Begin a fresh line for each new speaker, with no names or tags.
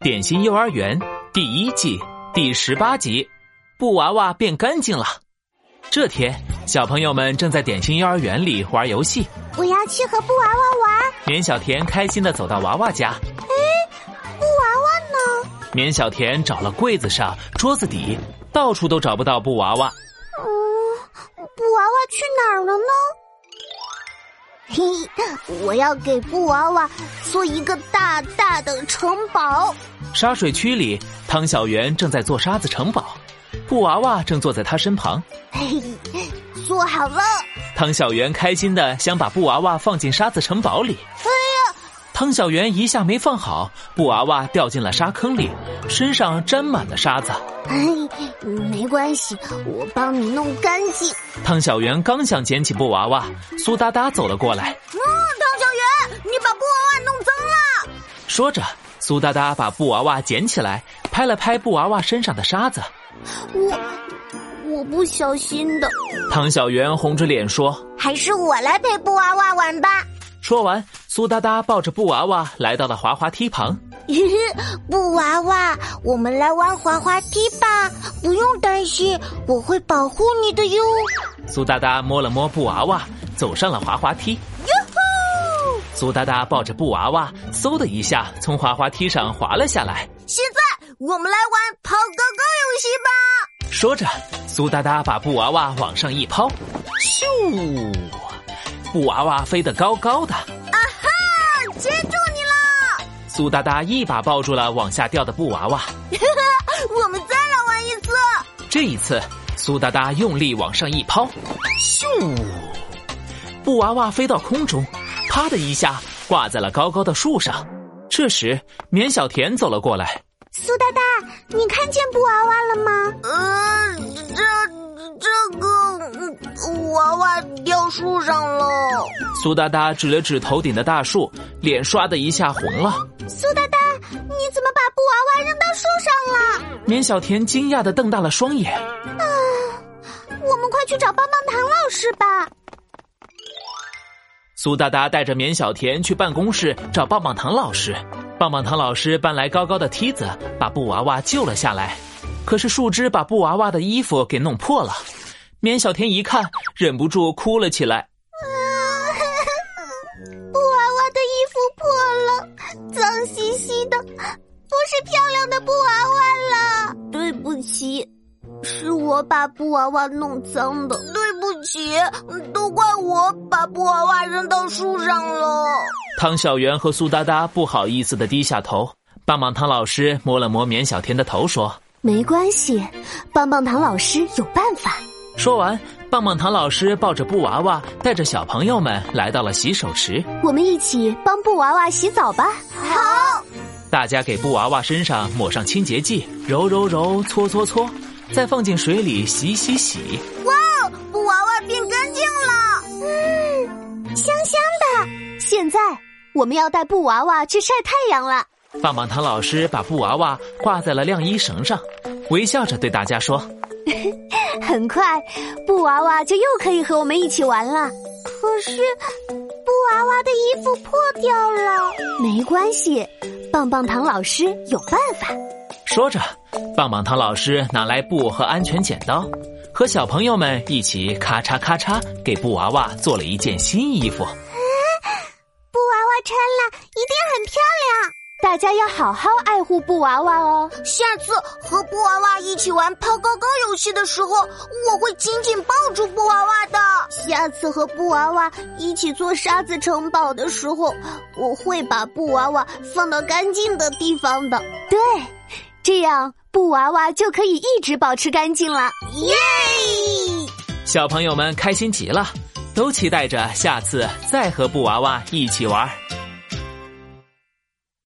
点心幼儿园》第一季第十八集，布娃娃变干净了。这天，小朋友们正在点心幼儿园里玩游戏。
我要去和布娃娃玩。
棉小田开心的走到娃娃家，
布娃娃呢？
棉小田找了柜子上、桌子底，到处都找不到布娃娃。
嗯，布娃娃去哪儿了呢？嘿，我要给布娃娃做一个大大的城堡。
沙水区里，汤小圆正在做沙子城堡，布娃娃正坐在他身旁。
嘿，做好了。
汤小圆开心的想把布娃娃放进沙子城堡里，汤小圆一下没放好，布娃娃掉进了沙坑里，身上沾满了沙子。
哎，没关系，我帮你弄干净。
汤小圆刚想捡起布娃娃，苏哒哒走了过来，
汤嗯小圆，你把布娃娃弄脏了。
说着，苏哒哒把布娃娃捡起来，拍了拍布娃娃身上的沙子。
我我不小心的，
汤小圆红着脸说
还是我来陪布娃娃玩吧。：“
说完，苏哒哒抱着布娃娃来到了滑滑梯旁。
布娃娃，我们来玩滑滑梯吧，不用担心，我会保护你的哟。”
苏哒哒摸了摸布娃娃，走上了滑滑梯。苏哒哒抱着布娃娃，嗖的一下从滑滑梯上滑了下来。
现在我们来玩跑高高游戏吧！
说着，苏哒哒把布娃娃往上一抛，咻！布娃娃飞得高高的，
接住你了，
苏哒哒一把抱住了往下掉的布娃娃。
我们再来玩一次。
这一次，苏哒哒用力往上一抛，咻！布娃娃飞到空中，啪的一下挂在了高高的树上。这时，棉小田走了过来，
苏大大，你看见布娃娃了吗？呃，这这个娃娃掉树上了。
苏哒哒指了指头顶的大树，脸唰的一下红了。
苏大大，你怎么把布娃娃扔到树上了？
棉小田惊讶的瞪大了双眼。
我们快去找棒棒糖老师吧。
苏哒哒带着棉小田去办公室找棒棒糖老师。棒棒糖老师搬来高高的梯子，把布娃娃救了下来。可是树枝把布娃娃的衣服给弄破了。棉小田一看，忍不住哭了起来。
布娃娃的衣服破了，脏兮兮的，不是漂亮的布娃娃了。对不起，是我把布娃娃弄脏的。对不起，都怪我把布娃娃扔到树上了。
汤小圆和苏哒哒不好意思的低下头。棒棒糖老师摸了摸棉小田的头，说
没关系，棒棒糖老师有办法。：“
说完，棒棒糖老师抱着布娃娃，带着小朋友们来到了洗手池。
我们一起帮布娃娃洗澡吧。好，
大家给布娃娃身上抹上清洁剂，揉揉揉，搓搓搓，再放进水里洗洗洗。
布娃娃变干净了，嗯，香香的。现在我们要带布娃娃去晒太阳了。
棒棒糖老师把布娃娃挂在了晾衣绳上，微笑着对大家说
很快，布娃娃就又可以和我们一起玩了。可是，布娃娃的衣服破掉了。没关系，棒棒糖老师有办法。：“
说着，棒棒糖老师拿来布和安全剪刀，和小朋友们一起咔嚓咔嚓给布娃娃做了一件新衣服。
布娃娃穿了一定很漂亮。大家要好好爱护布娃娃哦。下次和布娃娃一起玩抛高高游戏的时候，我会紧紧抱住布娃娃的。下次和布娃娃一起做沙子城堡的时候，我会把布娃娃放到干净的地方的。对，这样布娃娃就可以一直保持干净了。耶！”
小朋友们开心极了，都期待着下次再和布娃娃一起玩儿。